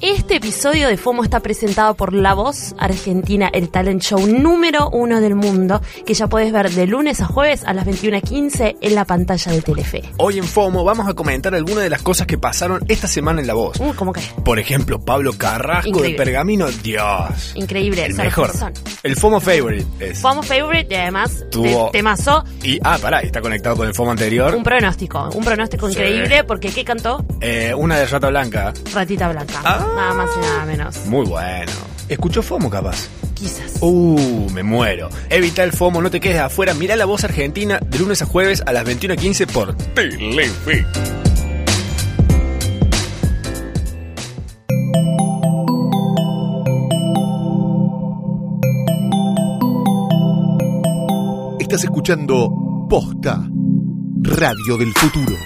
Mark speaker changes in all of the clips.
Speaker 1: Este episodio de FOMO está presentado por La Voz Argentina, el talent show número uno del mundo, que ya puedes ver de lunes a jueves a las 21.15 en la pantalla de Telefe.
Speaker 2: Hoy en FOMO vamos a comentar algunas de las cosas que pasaron esta semana en La Voz.
Speaker 1: Uh, ¿Cómo que?
Speaker 2: Por ejemplo, Pablo Carrasco
Speaker 1: Increíble.
Speaker 2: de Pergamino, Dios.
Speaker 1: Increíble.
Speaker 2: El
Speaker 1: son los
Speaker 2: mejor.
Speaker 1: que son.
Speaker 2: El FOMO favorite es.
Speaker 1: FOMO favorite y además
Speaker 2: Tuvo-
Speaker 1: te, temazó
Speaker 2: Y, ah, pará, está conectado con el FOMO anterior.
Speaker 1: un pronóstico. Un pronóstico
Speaker 2: Sí.
Speaker 1: increíble porque ¿qué cantó?
Speaker 2: Eh, una de Rata Blanca.
Speaker 1: Ratita Blanca.
Speaker 2: Ah.
Speaker 1: Nada más y nada menos.
Speaker 2: Muy bueno. ¿Escuchó FOMO capaz?
Speaker 1: Quizás.
Speaker 2: Uh, me muero. Evita el FOMO, no te quedes afuera. Mirá la voz argentina de lunes a jueves a las 21.15 por Telefe.
Speaker 3: Estás escuchando Posta, Radio del Futuro.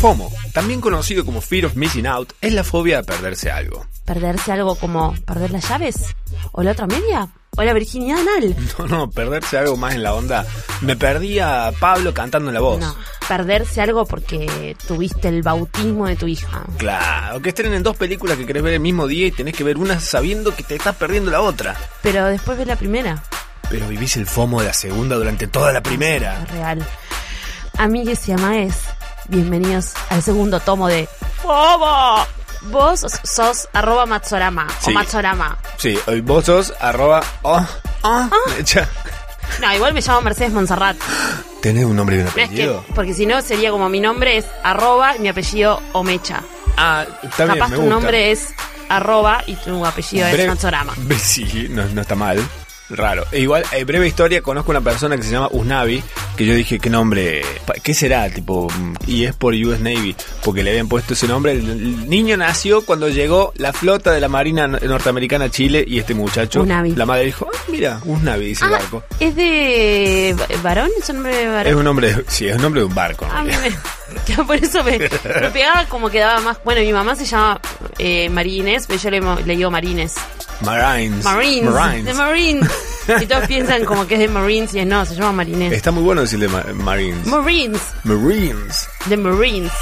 Speaker 2: FOMO, también conocido como Fear of Missing Out, es la fobia de perderse algo.
Speaker 1: ¿Perderse algo como perder las llaves? ¿O la otra media? ¿O la virginidad anal?
Speaker 2: No, no, perderse algo más en la onda. Me perdí a Pablo cantando en la voz.
Speaker 1: No, perderse algo porque tuviste el bautismo de tu hija.
Speaker 2: Claro, que estrenen dos películas que querés ver el mismo día y tenés que ver una sabiendo que te estás perdiendo la otra.
Speaker 1: Pero después ves la primera.
Speaker 2: Pero vivís el FOMO de la segunda durante toda la primera.
Speaker 1: Es real. Amigues y amagues, bienvenidos al segundo tomo de FOMO. Vos sos arroba Matsorama
Speaker 2: Sí.
Speaker 1: o Matsorama.
Speaker 2: Sí, hoy vos sos arroba... Oh,
Speaker 1: Ah.
Speaker 2: oh, mecha.
Speaker 1: No, igual me llamo Mercedes Monserrat.
Speaker 2: ¿Tenés un nombre y un
Speaker 1: No es que,
Speaker 2: apellido?
Speaker 1: porque si no sería como mi nombre es arroba y mi apellido Omecha.
Speaker 2: Ah, está bien,
Speaker 1: Capaz
Speaker 2: me
Speaker 1: tu
Speaker 2: gusta.
Speaker 1: nombre es arroba y tu apellido
Speaker 2: Breve-
Speaker 1: es Matsorama.
Speaker 2: Ve- Sí, no, no está mal. Raro. E igual, eh, breve historia, conozco una persona que se llama Usnavi, que yo dije, ¿qué nombre? Pa- ¿Qué será? Tipo, mm, y es por US Navy, porque le habían puesto ese nombre. El, el niño nació cuando llegó la flota de la Marina no- Norteamericana a Chile y este muchacho,
Speaker 1: Usnavi.
Speaker 2: la madre dijo, "Ah, mira, Usnavi, dice el
Speaker 1: Ah,
Speaker 2: barco.
Speaker 1: ¿Es de varón? ¿Es un nombre de varón?
Speaker 2: Es un nombre, de- sí, es un nombre de un barco. en
Speaker 1: Ah,
Speaker 2: realidad.
Speaker 1: me- que por eso me, me pegaba como quedaba más. Bueno, mi mamá se llama eh, María Inés, pero yo le, le digo Marines.
Speaker 2: Marines.
Speaker 1: Ah. Marines. De Marines. Y todos piensan como que es de Marines y es no, se llama Marines.
Speaker 2: Está muy bueno decirle ma- Marines.
Speaker 1: Marines.
Speaker 2: Marines.
Speaker 1: De Marines.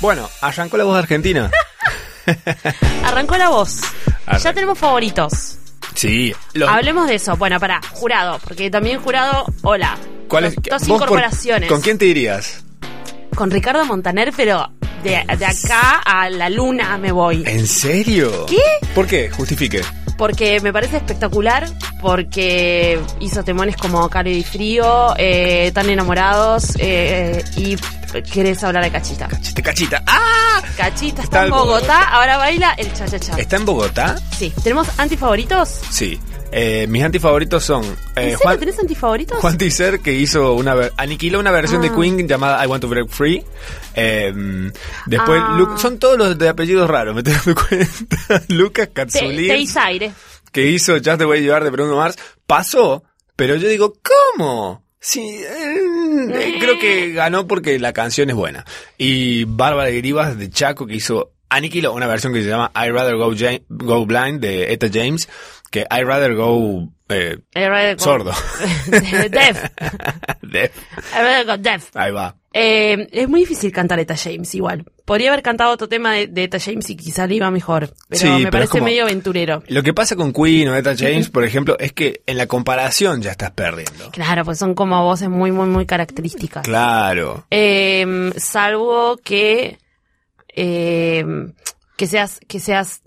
Speaker 2: Bueno, arrancó la voz de Argentina.
Speaker 1: Arrancó la voz.
Speaker 2: Arrancó.
Speaker 1: Ya tenemos favoritos.
Speaker 2: Sí. Los,
Speaker 1: Hablemos de eso. Bueno, pará, jurado, porque también jurado, hola.
Speaker 2: ¿Cuál
Speaker 1: Dos-
Speaker 2: es-
Speaker 1: Dos
Speaker 2: vos por-
Speaker 1: incorporaciones.
Speaker 2: ¿Con quién te irías?
Speaker 1: Con Ricardo Montaner, pero de, de acá a la luna me voy.
Speaker 2: ¿En serio?
Speaker 1: ¿Qué?
Speaker 2: ¿Por qué? Justifique.
Speaker 1: Porque me parece espectacular, porque hizo temones como Cálido y Frío, eh, Tan Enamorados, eh, y querés hablar de Cachita.
Speaker 2: Chiste cachita. ¡Ah!
Speaker 1: Cachita está en
Speaker 2: Está en
Speaker 1: Bogotá, ahora baila el cha-cha-cha.
Speaker 2: ¿Está en Bogotá?
Speaker 1: Sí, ¿tenemos antifavoritos?
Speaker 2: Sí. Eh, mis antifavoritos son eh,
Speaker 1: ¿En serio
Speaker 2: Juan,
Speaker 1: tenés antifavoritos?
Speaker 2: Juan Tizer, que hizo una ver- aniquiló una versión
Speaker 1: Ah.
Speaker 2: de Queen llamada I Want to Break Free. Eh, después,
Speaker 1: Ah.
Speaker 2: Lu- son todos los de apellidos raros, me estoy dando cuenta. Lucas
Speaker 1: Te,
Speaker 2: Katzulín.
Speaker 1: te hice aire.
Speaker 2: que hizo Just the Way You Are de Bruno Mars pasó, pero yo digo, ¿cómo? Sí, eh, eh, creo que ganó porque la canción es buena. Y Bárbara Grivas de Chaco que hizo Aniquiló, una versión que se llama I Rather Go, Ja- Go Blind de Eta James, que I Rather Go eh,
Speaker 1: Eh, radio con-
Speaker 2: Sordo.
Speaker 1: Def.
Speaker 2: de-
Speaker 1: Eh, radio con Def.
Speaker 2: Ahí va.
Speaker 1: Eh, es muy difícil cantar Eta James igual. Podría haber cantado otro tema de, de Eta James y quizá le iba mejor. Pero
Speaker 2: Sí,
Speaker 1: me
Speaker 2: pero es
Speaker 1: parece
Speaker 2: como-
Speaker 1: medio aventurero.
Speaker 2: Lo que pasa con Queen o Eta James, por ejemplo, es que en la comparación ya estás perdiendo.
Speaker 1: Claro, pues son como voces muy, muy, muy características.
Speaker 2: Claro.
Speaker 1: Eh, salvo que. eh, que seas. Que seas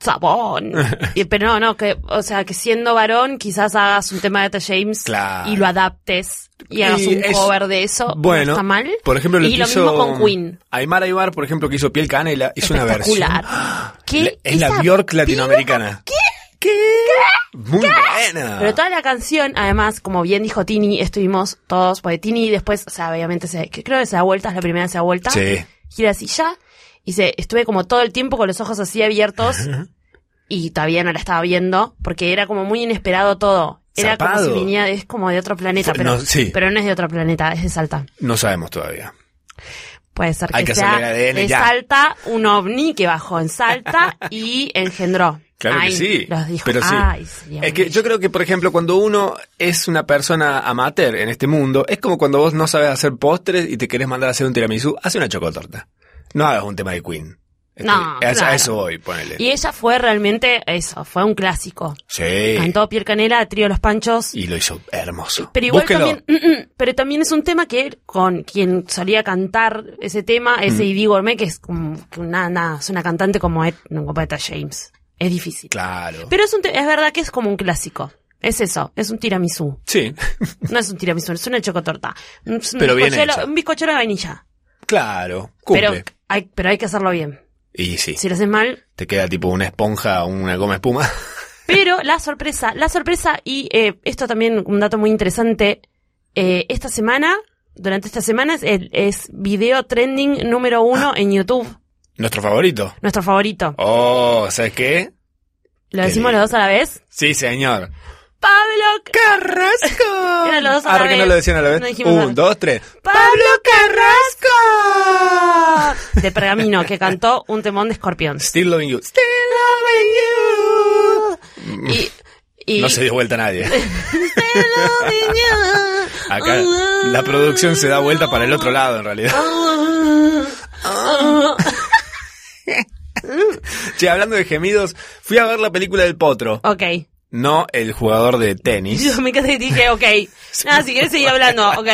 Speaker 1: sabón. Y- Pero no, no, que, o sea, que siendo varón, quizás hagas un tema de Eta James
Speaker 2: Claro.
Speaker 1: y lo adaptes y hagas
Speaker 2: Y
Speaker 1: un
Speaker 2: es-
Speaker 1: cover de eso.
Speaker 2: Bueno,
Speaker 1: no está mal.
Speaker 2: por ejemplo, lo
Speaker 1: y
Speaker 2: que
Speaker 1: lo
Speaker 2: hizo
Speaker 1: mismo con Queen.
Speaker 2: Aymar Aymar, por ejemplo, que hizo Piel Canela, hizo una versión.
Speaker 1: Espectacular.
Speaker 2: Le-
Speaker 1: ¿Qué?
Speaker 2: Es la
Speaker 1: Esa
Speaker 2: Bjork
Speaker 1: piba-
Speaker 2: latinoamericana. ¿Qué? ¿Qué? Muy buena.
Speaker 1: Pero toda la canción, además, como bien dijo Tini, estuvimos todos, porque Tini después, o sea, obviamente, se, que creo que se da vuelta, es la primera que se da vuelta.
Speaker 2: Sí.
Speaker 1: Gira así ya. Y se, estuve como todo el tiempo con los ojos así abiertos. y todavía no la estaba viendo, porque era como muy inesperado todo. Era
Speaker 2: Zarpado.
Speaker 1: como si viniera, es como de otro planeta,
Speaker 2: Fue-
Speaker 1: pero
Speaker 2: no, sí.
Speaker 1: pero no es de otro planeta, es de Salta.
Speaker 2: No sabemos todavía.
Speaker 1: Puede ser que,
Speaker 2: Hay que
Speaker 1: sea
Speaker 2: hacerle el ADN
Speaker 1: de
Speaker 2: ya.
Speaker 1: Salta un ovni que bajó en Salta y engendró.
Speaker 2: Claro
Speaker 1: Ay,
Speaker 2: que sí.
Speaker 1: Los dijo.
Speaker 2: Pero sí.
Speaker 1: Ay, sería
Speaker 2: es que yo creo que, por ejemplo, cuando uno es una persona amateur en este mundo, es como cuando vos no sabes hacer postres y te querés mandar a hacer un tiramisú, hace una chocotorta. no hagas un tema de Queen. Este,
Speaker 1: No,
Speaker 2: a, a
Speaker 1: claro.
Speaker 2: eso voy, ponele.
Speaker 1: Y ella fue realmente eso, fue un clásico.
Speaker 2: sí.
Speaker 1: Cantó Pier Canela, Trío Los Panchos.
Speaker 2: Y lo hizo hermoso.
Speaker 1: Pero igual
Speaker 2: Búsquelo.
Speaker 1: también, mm, pero también es un tema que con quien solía cantar ese tema
Speaker 2: Mm.
Speaker 1: es Edie Gourmet, que es como que una, una- es una cantante como, Ed- como Etta James. Es difícil.
Speaker 2: Claro.
Speaker 1: Pero es, un te- es verdad que es como un clásico. Es eso, es un tiramisú.
Speaker 2: sí,
Speaker 1: No es un tiramisú, es una chocotorta. Un, un
Speaker 2: Pero bien
Speaker 1: bizcochuelo-
Speaker 2: hecha.
Speaker 1: un bizcochuelo de vainilla.
Speaker 2: claro. Cumple.
Speaker 1: Pero hay, pero hay que hacerlo bien.
Speaker 2: y sí,
Speaker 1: Si lo haces mal,
Speaker 2: te queda tipo una esponja, una goma espuma.
Speaker 1: Pero la sorpresa, la sorpresa, y eh, esto también un dato muy interesante, eh, esta semana, durante esta semana, es, el- es video trending número uno en YouTube,
Speaker 2: Nuestro favorito.
Speaker 1: nuestro favorito.
Speaker 2: Oh, ¿sabes qué?
Speaker 1: ¿Lo decimos
Speaker 2: lindo.
Speaker 1: los dos a la vez?
Speaker 2: Sí, señor.
Speaker 1: ¡Pablo! C-
Speaker 2: ¡Carrasco!
Speaker 1: Eran los dos a la
Speaker 2: Ahora que no
Speaker 1: vez.
Speaker 2: lo decían a la vez.
Speaker 1: No dijimos nada.
Speaker 2: Un, dos, tres.
Speaker 1: ¡Pablo
Speaker 2: ¡Carrasco!
Speaker 1: De Pergamino, que cantó un temón de Escorpión.
Speaker 2: Still loving you. Still loving
Speaker 1: Y, y-
Speaker 2: you. No se dio vuelta a nadie. Acá
Speaker 1: Acá
Speaker 2: la producción se da vuelta para el otro lado, en realidad. Che, hablando de gemidos, fui a ver la película del Potro.
Speaker 1: Ok.
Speaker 2: No el jugador de tenis.
Speaker 1: Yo me quedé y dije, ok. Nada, si quieres seguir hablando, ok.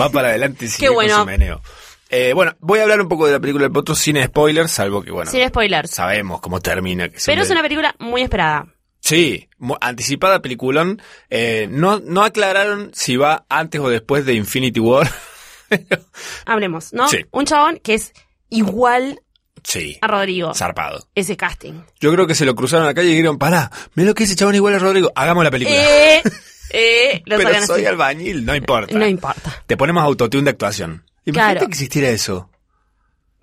Speaker 2: Va para adelante y sigue con
Speaker 1: bueno.
Speaker 2: su meneo. Eh, bueno, voy a hablar un poco de la película del Potro sin spoilers, salvo que, bueno,
Speaker 1: Sin spoilers.
Speaker 2: sabemos cómo termina. Que
Speaker 1: Pero
Speaker 2: siempre-
Speaker 1: es una película muy esperada.
Speaker 2: Sí, mu- anticipada peliculón. Eh, no, no aclararon si va antes o después de Infinity War.
Speaker 1: Hablemos, ¿no?
Speaker 2: Sí.
Speaker 1: Un chabón que es igual
Speaker 2: sí,
Speaker 1: a Rodrigo.
Speaker 2: zarpado.
Speaker 1: Ese casting.
Speaker 2: Yo creo que se lo cruzaron a la calle y dijeron, pará, mira lo que ese chabón igual a Rodrigo, hagamos la película.
Speaker 1: Eh, eh, lo
Speaker 2: Pero
Speaker 1: sacan
Speaker 2: soy
Speaker 1: así.
Speaker 2: albañil, no importa.
Speaker 1: No importa.
Speaker 2: Te ponemos autotune de actuación. Imagínate
Speaker 1: Claro.
Speaker 2: que existiera eso.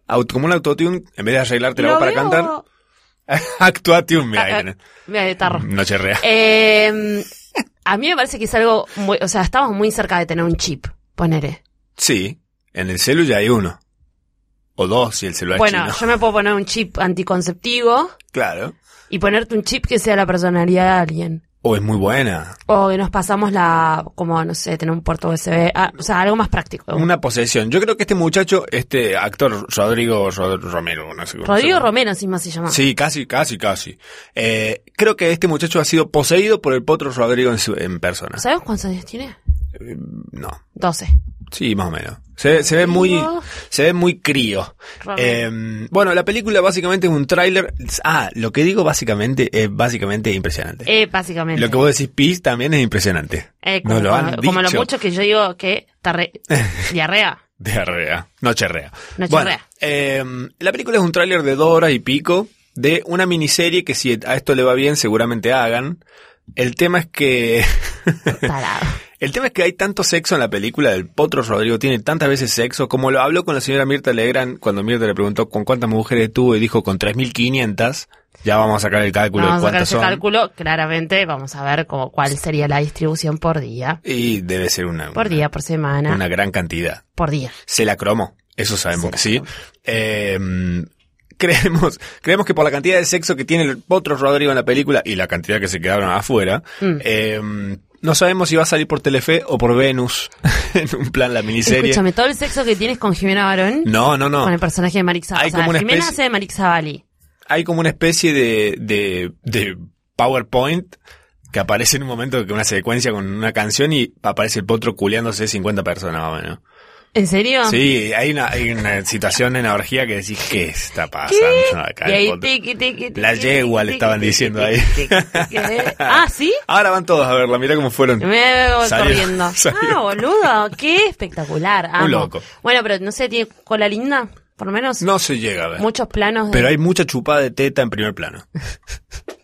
Speaker 2: Aut- como un autotune, en vez de arreglarte la
Speaker 1: Lo
Speaker 2: voz para
Speaker 1: veo-
Speaker 2: cantar, actuatune, mira, ahí
Speaker 1: Ah, ah,
Speaker 2: tenés.
Speaker 1: mira, de tarro.
Speaker 2: No cherrea.
Speaker 1: Eh, a mí me parece que es algo muy, o sea, estamos muy cerca de tener un chip, ponele.
Speaker 2: Sí, en el celu ya hay uno. O dos si el celular es
Speaker 1: Bueno,
Speaker 2: chino.
Speaker 1: yo me puedo poner un chip anticonceptivo
Speaker 2: Claro.
Speaker 1: y ponerte un chip que sea la personalidad de alguien.
Speaker 2: O es muy buena.
Speaker 1: O que nos pasamos la, como, no sé, tener un puerto USB, ah, o sea, algo más práctico.
Speaker 2: Una posesión. Yo creo que este muchacho, este actor Rodrigo Rod- Romero, Mm, no sé cómo se
Speaker 1: Rodrigo
Speaker 2: llama.
Speaker 1: Romero, sin más se llama.
Speaker 2: Sí, casi, casi, casi. Eh, creo que este muchacho ha sido poseído por el potro Rodrigo en, su- en persona.
Speaker 1: ¿Sabemos cuántos años tiene?
Speaker 2: No,
Speaker 1: 12.
Speaker 2: sí, más o menos. Se, se ve muy, se ve muy crío.
Speaker 1: Romero.
Speaker 2: Eh, bueno, la película básicamente es un tráiler. Ah, lo que digo básicamente es básicamente impresionante.
Speaker 1: Eh, básicamente.
Speaker 2: Lo que vos decís, Piz, también es impresionante.
Speaker 1: Eh,
Speaker 2: nos
Speaker 1: como,
Speaker 2: lo han
Speaker 1: como- como lo
Speaker 2: dicho.
Speaker 1: mucho que yo digo que tarre- diarrea.
Speaker 2: Diarrea. No cherrea.
Speaker 1: No
Speaker 2: Bueno,
Speaker 1: cherrea.
Speaker 2: eh, la película es un tráiler de dos horas y pico de una miniserie que si a esto le va bien seguramente hagan. El tema es que...
Speaker 1: Tarado.
Speaker 2: El tema es que hay tanto sexo en la película del Potro Rodrigo, tiene tantas veces sexo, como lo habló con la señora Mirta Legrand cuando Mirta le preguntó con cuántas mujeres tuvo y dijo con 3.500, ya vamos a sacar el cálculo
Speaker 1: Vamos a
Speaker 2: de
Speaker 1: sacar
Speaker 2: cuántas
Speaker 1: ese
Speaker 2: son.
Speaker 1: cálculo. Claramente vamos a ver como cuál sería la distribución por día.
Speaker 2: Y debe ser una,
Speaker 1: Por día, por semana,
Speaker 2: una gran cantidad.
Speaker 1: por día.
Speaker 2: Se la cromó, eso sabemos
Speaker 1: Se
Speaker 2: que
Speaker 1: la
Speaker 2: sí. Eh, creemos, creemos que por la cantidad de sexo que tiene el Potro Rodrigo en la película y la cantidad que se quedaron afuera,
Speaker 1: Mm.
Speaker 2: eh, no sabemos si va a salir por Telefe o por Venus en un plan la miniserie.
Speaker 1: Escúchame, todo el sexo que tienes con Jimena Barón,
Speaker 2: No, no, no.
Speaker 1: con el personaje de Marix Zavali.
Speaker 2: Hay
Speaker 1: O sea,
Speaker 2: como una
Speaker 1: Jimena
Speaker 2: especie-
Speaker 1: hace de Marix Zavali.
Speaker 2: hay como una especie de, de, de PowerPoint que aparece en un momento que una secuencia con una canción y aparece el potro culeándose 50 personas más o menos.
Speaker 1: ¿En serio?
Speaker 2: Sí, hay una, hay una situación en la orgía que decís, ¿qué está pasando acá?
Speaker 1: Y
Speaker 2: El
Speaker 1: ahí,
Speaker 2: potro?
Speaker 1: tiqui, tiqui, tiqui,
Speaker 2: La
Speaker 1: tiqui,
Speaker 2: yegua le
Speaker 1: tiqui,
Speaker 2: estaban
Speaker 1: tiqui,
Speaker 2: diciendo
Speaker 1: tiqui,
Speaker 2: ahí.
Speaker 1: tiqui, tiqui, tiqui. Ah, ¿sí?
Speaker 2: Ahora van todos a verla, mirá cómo fueron.
Speaker 1: Me veo
Speaker 2: Salió-
Speaker 1: corriendo.
Speaker 2: salió.
Speaker 1: Ah, boludo, qué espectacular. amo.
Speaker 2: loco.
Speaker 1: Bueno, pero no sé, tiene cola linda, por lo menos.
Speaker 2: No se llega a ver.
Speaker 1: Muchos planos. De...
Speaker 2: Pero hay mucha chupada de teta en primer plano.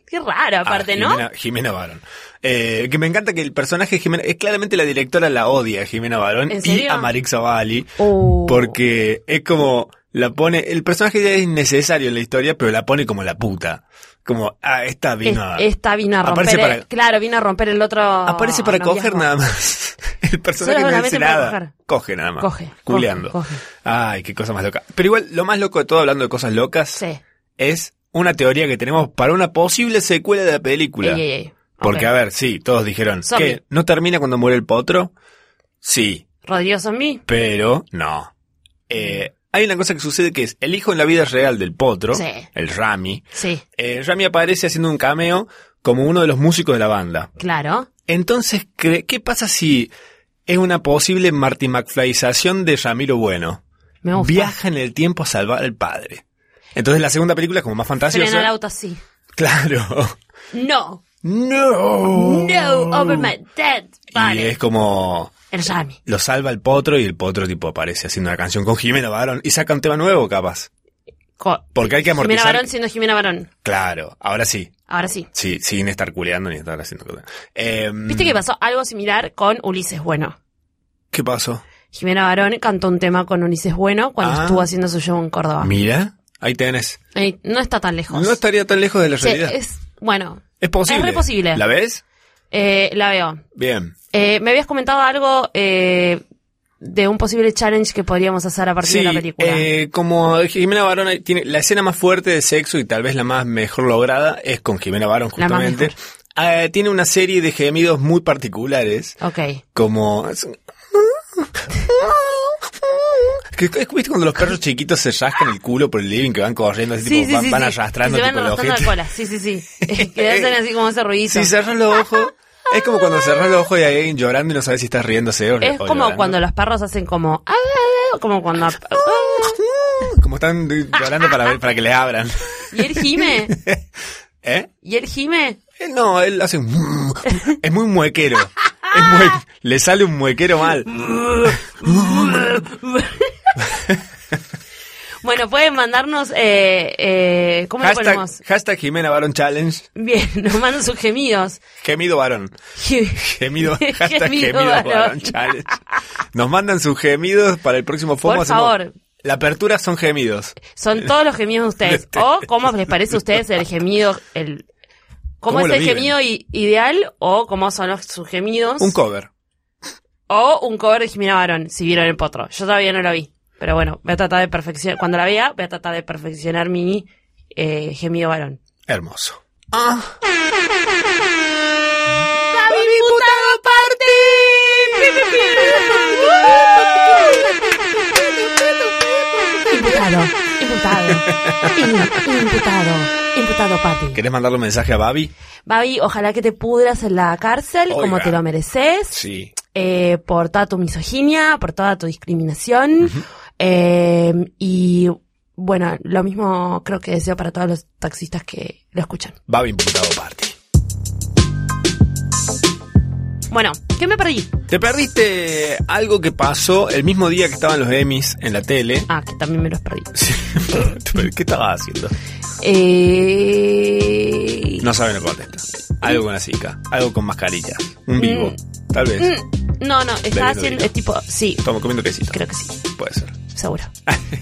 Speaker 1: Qué raro, aparte,
Speaker 2: Ah,
Speaker 1: ¿no?
Speaker 2: Jimena, Jimena Barón. Eh, que me encanta que el personaje de Jimena, es claramente la directora la odia a Jimena Barón
Speaker 1: ¿En
Speaker 2: y
Speaker 1: serio?
Speaker 2: a Marix Zavali.
Speaker 1: Oh.
Speaker 2: Porque es como, la pone, el personaje ya es innecesario en la historia, pero la pone como la puta. Como, ah, esta
Speaker 1: Es-
Speaker 2: vino a...
Speaker 1: esta vino a romper.
Speaker 2: Aparece
Speaker 1: el-
Speaker 2: para-
Speaker 1: Claro, vino a romper el otro.
Speaker 2: Aparece para
Speaker 1: noviazgo.
Speaker 2: coger nada más. El personaje no
Speaker 1: Solamente
Speaker 2: hace
Speaker 1: para
Speaker 2: nada.
Speaker 1: coger.
Speaker 2: Coge nada más.
Speaker 1: Coge, coge,
Speaker 2: Culeando.
Speaker 1: coge.
Speaker 2: Ay, qué cosa más loca. Pero igual, lo más loco de todo, hablando de cosas locas,
Speaker 1: Sí.
Speaker 2: es una teoría que tenemos para una posible secuela de la película.
Speaker 1: Ey, ey, ey.
Speaker 2: Porque,
Speaker 1: Ok.
Speaker 2: a ver, sí, todos dijeron,
Speaker 1: Zombie.
Speaker 2: ¿qué? ¿No termina cuando muere el potro? Sí,
Speaker 1: Rodrigo Zombie.
Speaker 2: pero no. Eh, hay una cosa que sucede que es el hijo en la vida real del potro,
Speaker 1: Mm. Sí.
Speaker 2: el Rami.
Speaker 1: Sí,
Speaker 2: eh, Rami aparece haciendo un cameo como uno de los músicos de la banda.
Speaker 1: claro.
Speaker 2: Entonces, ¿qué qué pasa si es una posible Marty McFlyización de Ramiro Bueno?
Speaker 1: Me gusta.
Speaker 2: Viaja en el tiempo a salvar al padre. Entonces la segunda película es como más fantasiosa.
Speaker 1: Frena el auto así.
Speaker 2: Claro.
Speaker 1: No.
Speaker 2: No.
Speaker 1: No, over my dead
Speaker 2: Oh. Y
Speaker 1: body.
Speaker 2: es como
Speaker 1: El Rami.
Speaker 2: lo salva el potro y el potro tipo aparece haciendo una canción con Jimena Barón y saca un tema nuevo capaz.
Speaker 1: Co-
Speaker 2: Porque hay que
Speaker 1: Jimena
Speaker 2: amortizar.
Speaker 1: Barón siendo Jimena Barón.
Speaker 2: Claro, ahora sí.
Speaker 1: Ahora sí.
Speaker 2: Sí, sin estar culeando ni estar haciendo cosas. Em,
Speaker 1: ¿Viste que pasó algo similar con Ulises Bueno?
Speaker 2: ¿Qué pasó?
Speaker 1: Jimena Barón cantó un tema con Ulises Bueno cuando
Speaker 2: Ah.
Speaker 1: estuvo haciendo su show en Córdoba.
Speaker 2: Mira, ahí tenés.
Speaker 1: Eh, no está tan lejos.
Speaker 2: No estaría tan lejos de la
Speaker 1: Sí,
Speaker 2: realidad. es,
Speaker 1: es, bueno,
Speaker 2: posible.
Speaker 1: es re posible.
Speaker 2: ¿La ves?
Speaker 1: eh, la veo.
Speaker 2: Bien.
Speaker 1: Eh, me habías comentado algo eh, de un posible challenge que podríamos hacer a partir
Speaker 2: Sí,
Speaker 1: de la película.
Speaker 2: eh, como Jimena Barón ahí tiene la escena más fuerte de sexo y tal vez la más mejor lograda es con Jimena Barón
Speaker 1: La más
Speaker 2: justamente. Eh, tiene una serie de gemidos muy particulares,
Speaker 1: ok.
Speaker 2: como es- que es- ¿Viste cuando los perros chiquitos se rascan el culo por el living que van corriendo, así tipo, van, van arrastrando
Speaker 1: Que se
Speaker 2: tipo,
Speaker 1: van
Speaker 2: el
Speaker 1: arrastrando la
Speaker 2: ojete?
Speaker 1: cola. Sí, sí, sí. Eh, que hacen así como ese ruidito.
Speaker 2: Si cerras los ojos, es como cuando cerras los ojos y hay alguien llorando y no sabes si estás riéndose o
Speaker 1: es
Speaker 2: o
Speaker 1: como
Speaker 2: llorando.
Speaker 1: cuando los perros hacen como... "Ah, ah, ah", Como cuando...
Speaker 2: Como están llorando para ver, para que le abran.
Speaker 1: ¿Y él gime?
Speaker 2: ¿Eh?
Speaker 1: ¿Y él gime?
Speaker 2: Él no, él hace un... Es muy muequero. Es mue- Le sale un muequero mal.
Speaker 1: Bueno, pueden mandarnos... Eh, eh, ¿Cómo lo
Speaker 2: Hashtag,
Speaker 1: ponemos?
Speaker 2: hashtag Jimena Barón Challenge.
Speaker 1: Bien, nos mandan sus gemidos.
Speaker 2: Gemido varón. Gemido, hashtag
Speaker 1: Gemido
Speaker 2: gemido
Speaker 1: varón.
Speaker 2: varón challenge. Nos mandan sus gemidos para el próximo FOMO.
Speaker 1: Por
Speaker 2: hacemos-
Speaker 1: favor.
Speaker 2: La apertura son gemidos.
Speaker 1: Son todos los gemidos de ustedes.
Speaker 2: Este.
Speaker 1: O cómo les parece a ustedes el gemido, el cómo,
Speaker 2: ¿Cómo
Speaker 1: es
Speaker 2: lo
Speaker 1: el
Speaker 2: viven?
Speaker 1: gemido i- ideal o cómo son los, sus gemidos.
Speaker 2: Un cover.
Speaker 1: o un cover de Jimena Barón, si vieron el potro. Yo todavía no lo vi. Pero bueno, voy a tratar de perfeccionar. Cuando la vea, voy a tratar de perfeccionar mi eh, gemido varón.
Speaker 2: Hermoso. Ah.
Speaker 1: Imputado, imputado, im- imputado, imputado Pati.
Speaker 2: ¿Querés mandarle un mensaje a Babi?
Speaker 1: Babi, ojalá que te pudras en la cárcel como
Speaker 2: Oiga.
Speaker 1: te lo mereces.
Speaker 2: Sí.
Speaker 1: eh, por toda tu misoginia, por toda tu discriminación. eh, y bueno, lo mismo creo que deseo para todos los taxistas que lo escuchan.
Speaker 2: Babi imputado party.
Speaker 1: Bueno, ¿qué me perdí?
Speaker 2: Te perdiste algo que pasó el mismo día que estaban los Emmys en la tele.
Speaker 1: Ah, que también me los perdí.
Speaker 2: Sí. ¿Qué estabas haciendo?
Speaker 1: Eh,
Speaker 2: No saben lo contesta. Algo con la cica, algo con mascarilla, un vivo, tal vez.
Speaker 1: mm, no, no,
Speaker 2: Bebiendo
Speaker 1: estaba haciendo
Speaker 2: vino.
Speaker 1: es tipo, sí,
Speaker 2: Estamos comiendo quesito.
Speaker 1: creo que sí,
Speaker 2: Puede ser.
Speaker 1: seguro.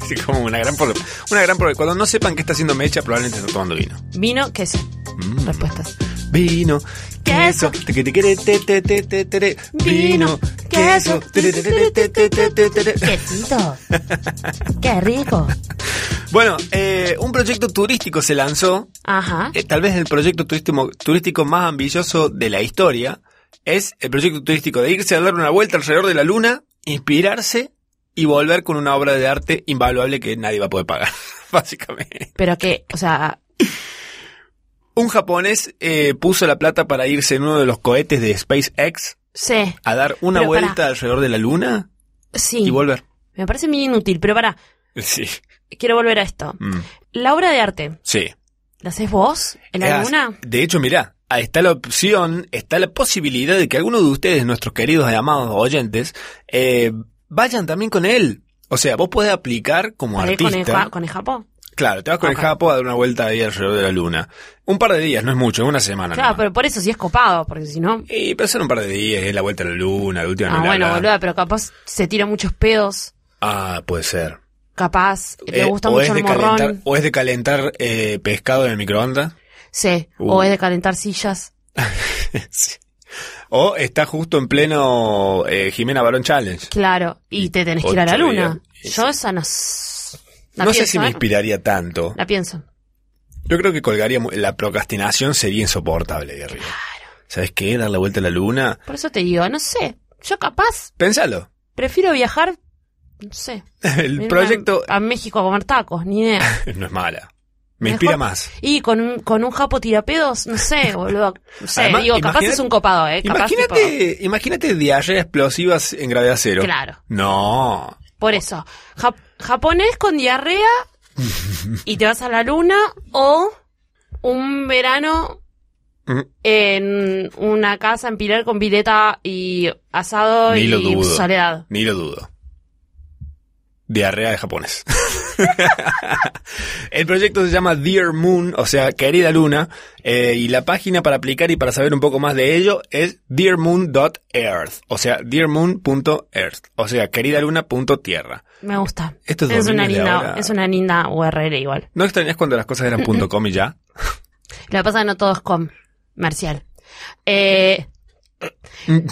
Speaker 2: Sí, como una gran por- una gran por- Cuando no sepan qué está haciendo Mecha, probablemente está tomando vino.
Speaker 1: Vino, queso.
Speaker 2: Mm.
Speaker 1: Respuestas.
Speaker 2: Vino, queso, tequetequere, te, te, te, te, te, te. vino, queso, te, te, te, te, te, te, te, te, te.
Speaker 1: Quesito. Qué rico.
Speaker 2: Bueno, eh, un proyecto turístico se lanzó
Speaker 1: Ajá.
Speaker 2: Eh, tal vez el proyecto turístico, turístico más ambicioso de la historia es el proyecto turístico de irse a dar una vuelta alrededor de la luna, inspirarse y volver con una obra de arte invaluable que nadie va a poder pagar, básicamente.
Speaker 1: Pero que, o sea,
Speaker 2: Un japonés eh, puso la plata para irse en uno de los cohetes de SpaceX
Speaker 1: sé,
Speaker 2: a dar una
Speaker 1: Pero
Speaker 2: vuelta
Speaker 1: pará.
Speaker 2: alrededor de la luna
Speaker 1: sí.
Speaker 2: y volver.
Speaker 1: Me parece muy inútil, pero para,
Speaker 2: Sí.
Speaker 1: quiero volver a esto.
Speaker 2: Mm,
Speaker 1: La obra de arte,
Speaker 2: sí.
Speaker 1: ¿la haces vos? ¿En la
Speaker 2: Es-
Speaker 1: luna?
Speaker 2: De hecho, mirá, ahí está la opción, está la posibilidad de que alguno de ustedes, nuestros queridos y amados oyentes, eh, vayan también con él. O sea, vos podés aplicar como
Speaker 1: ¿Para ir con el,
Speaker 2: artista.
Speaker 1: ja- con el Japón?
Speaker 2: Claro, te vas con
Speaker 1: Ok.
Speaker 2: el Japo a dar una vuelta ahí alrededor de la luna. Un par de días, no es mucho, es una semana.
Speaker 1: Claro,
Speaker 2: nomás.
Speaker 1: pero por eso sí es copado, porque si no...
Speaker 2: Y pero son un par de días, es la vuelta a la luna, la última
Speaker 1: Ah,
Speaker 2: no la
Speaker 1: bueno,
Speaker 2: hagan.
Speaker 1: boluda, pero capaz se tira muchos pedos,
Speaker 2: Ah, puede ser.
Speaker 1: capaz le
Speaker 2: Eh,
Speaker 1: gusta
Speaker 2: o
Speaker 1: mucho
Speaker 2: es
Speaker 1: el
Speaker 2: de calentar,
Speaker 1: morrón.
Speaker 2: o es de calentar eh, pescado en el microondas.
Speaker 1: Sí,
Speaker 2: Uh.
Speaker 1: o es de calentar sillas.
Speaker 2: Sí. O está justo en pleno eh, Jimena Barón Challenge.
Speaker 1: Claro, y te tenés que ir a la
Speaker 2: ocho
Speaker 1: luna.
Speaker 2: días.
Speaker 1: Yo esa no... s- La
Speaker 2: no
Speaker 1: pienso,
Speaker 2: sé si me
Speaker 1: ¿eh?
Speaker 2: inspiraría tanto.
Speaker 1: La pienso.
Speaker 2: Yo creo que colgaría mu- la procrastinación sería insoportable de arriba. ¿Sabes qué? Dar la vuelta a la luna.
Speaker 1: Por eso te digo, no sé. Yo capaz
Speaker 2: Pénsalo.
Speaker 1: prefiero viajar no sé.
Speaker 2: El
Speaker 1: irme
Speaker 2: proyecto
Speaker 1: A, a México a comer tacos, ni idea.
Speaker 2: no es mala. Me
Speaker 1: Mejor-
Speaker 2: inspira más.
Speaker 1: Y con un, con un japo tirapedos, no sé, boludo. No sé,
Speaker 2: Además,
Speaker 1: digo, capaz
Speaker 2: imagínate-
Speaker 1: es un copado, ¿eh? Capaz tipo-
Speaker 2: Imagínate, imagínate diarrea explosivas en gravedad cero.
Speaker 1: Claro.
Speaker 2: No.
Speaker 1: Por eso, Jap- japonés con diarrea y te vas a la luna o un verano
Speaker 2: Mm.
Speaker 1: en una casa en Pilar con pileta y asado
Speaker 2: Ni lo
Speaker 1: y
Speaker 2: dudo.
Speaker 1: soledad.
Speaker 2: Ni lo dudo. Diarrea de japonés. El proyecto se llama Dear Moon, o sea, querida luna, eh, y la página para aplicar y para saber un poco más de ello es dearmoon.earth, o sea, dearmoon.earth, o sea, querida luna.tierra.
Speaker 1: Me gusta.
Speaker 2: Estos
Speaker 1: es una
Speaker 2: dominios de
Speaker 1: linda,
Speaker 2: ahora-
Speaker 1: es una linda URL igual.
Speaker 2: ¿No extrañas cuando las cosas eran punto .com y ya?
Speaker 1: Lo que pasa es que no todo es comercial. Eh,
Speaker 2: Mm.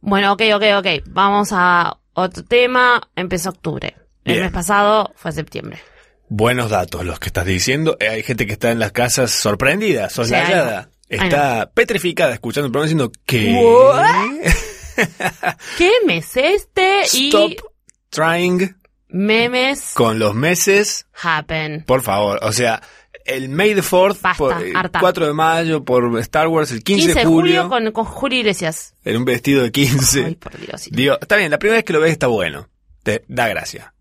Speaker 1: bueno, ok, ok, ok. Vamos a otro tema. Empezó octubre. El
Speaker 2: Bien.
Speaker 1: mes pasado fue septiembre.
Speaker 2: Buenos datos los que estás diciendo. Eh, Hay gente que está en las casas sorprendida, soslayada.
Speaker 1: I know.
Speaker 2: Está petrificada escuchando el programa diciendo que...
Speaker 1: ¿Qué mes este?
Speaker 2: Stop
Speaker 1: Y
Speaker 2: trying
Speaker 1: memes
Speaker 2: con los meses,
Speaker 1: happen.
Speaker 2: por favor. O sea, el May the 4th,
Speaker 1: Basta,
Speaker 2: por, eh,
Speaker 1: harta.
Speaker 2: 4 de mayo por Star Wars, el 15,
Speaker 1: 15 de julio
Speaker 2: julio,
Speaker 1: con, con Julio Iglesias.
Speaker 2: en un vestido de 15.
Speaker 1: Ay, por Dios. sí.
Speaker 2: Digo, está bien, la primera vez que lo ves está bueno. Te da gracia.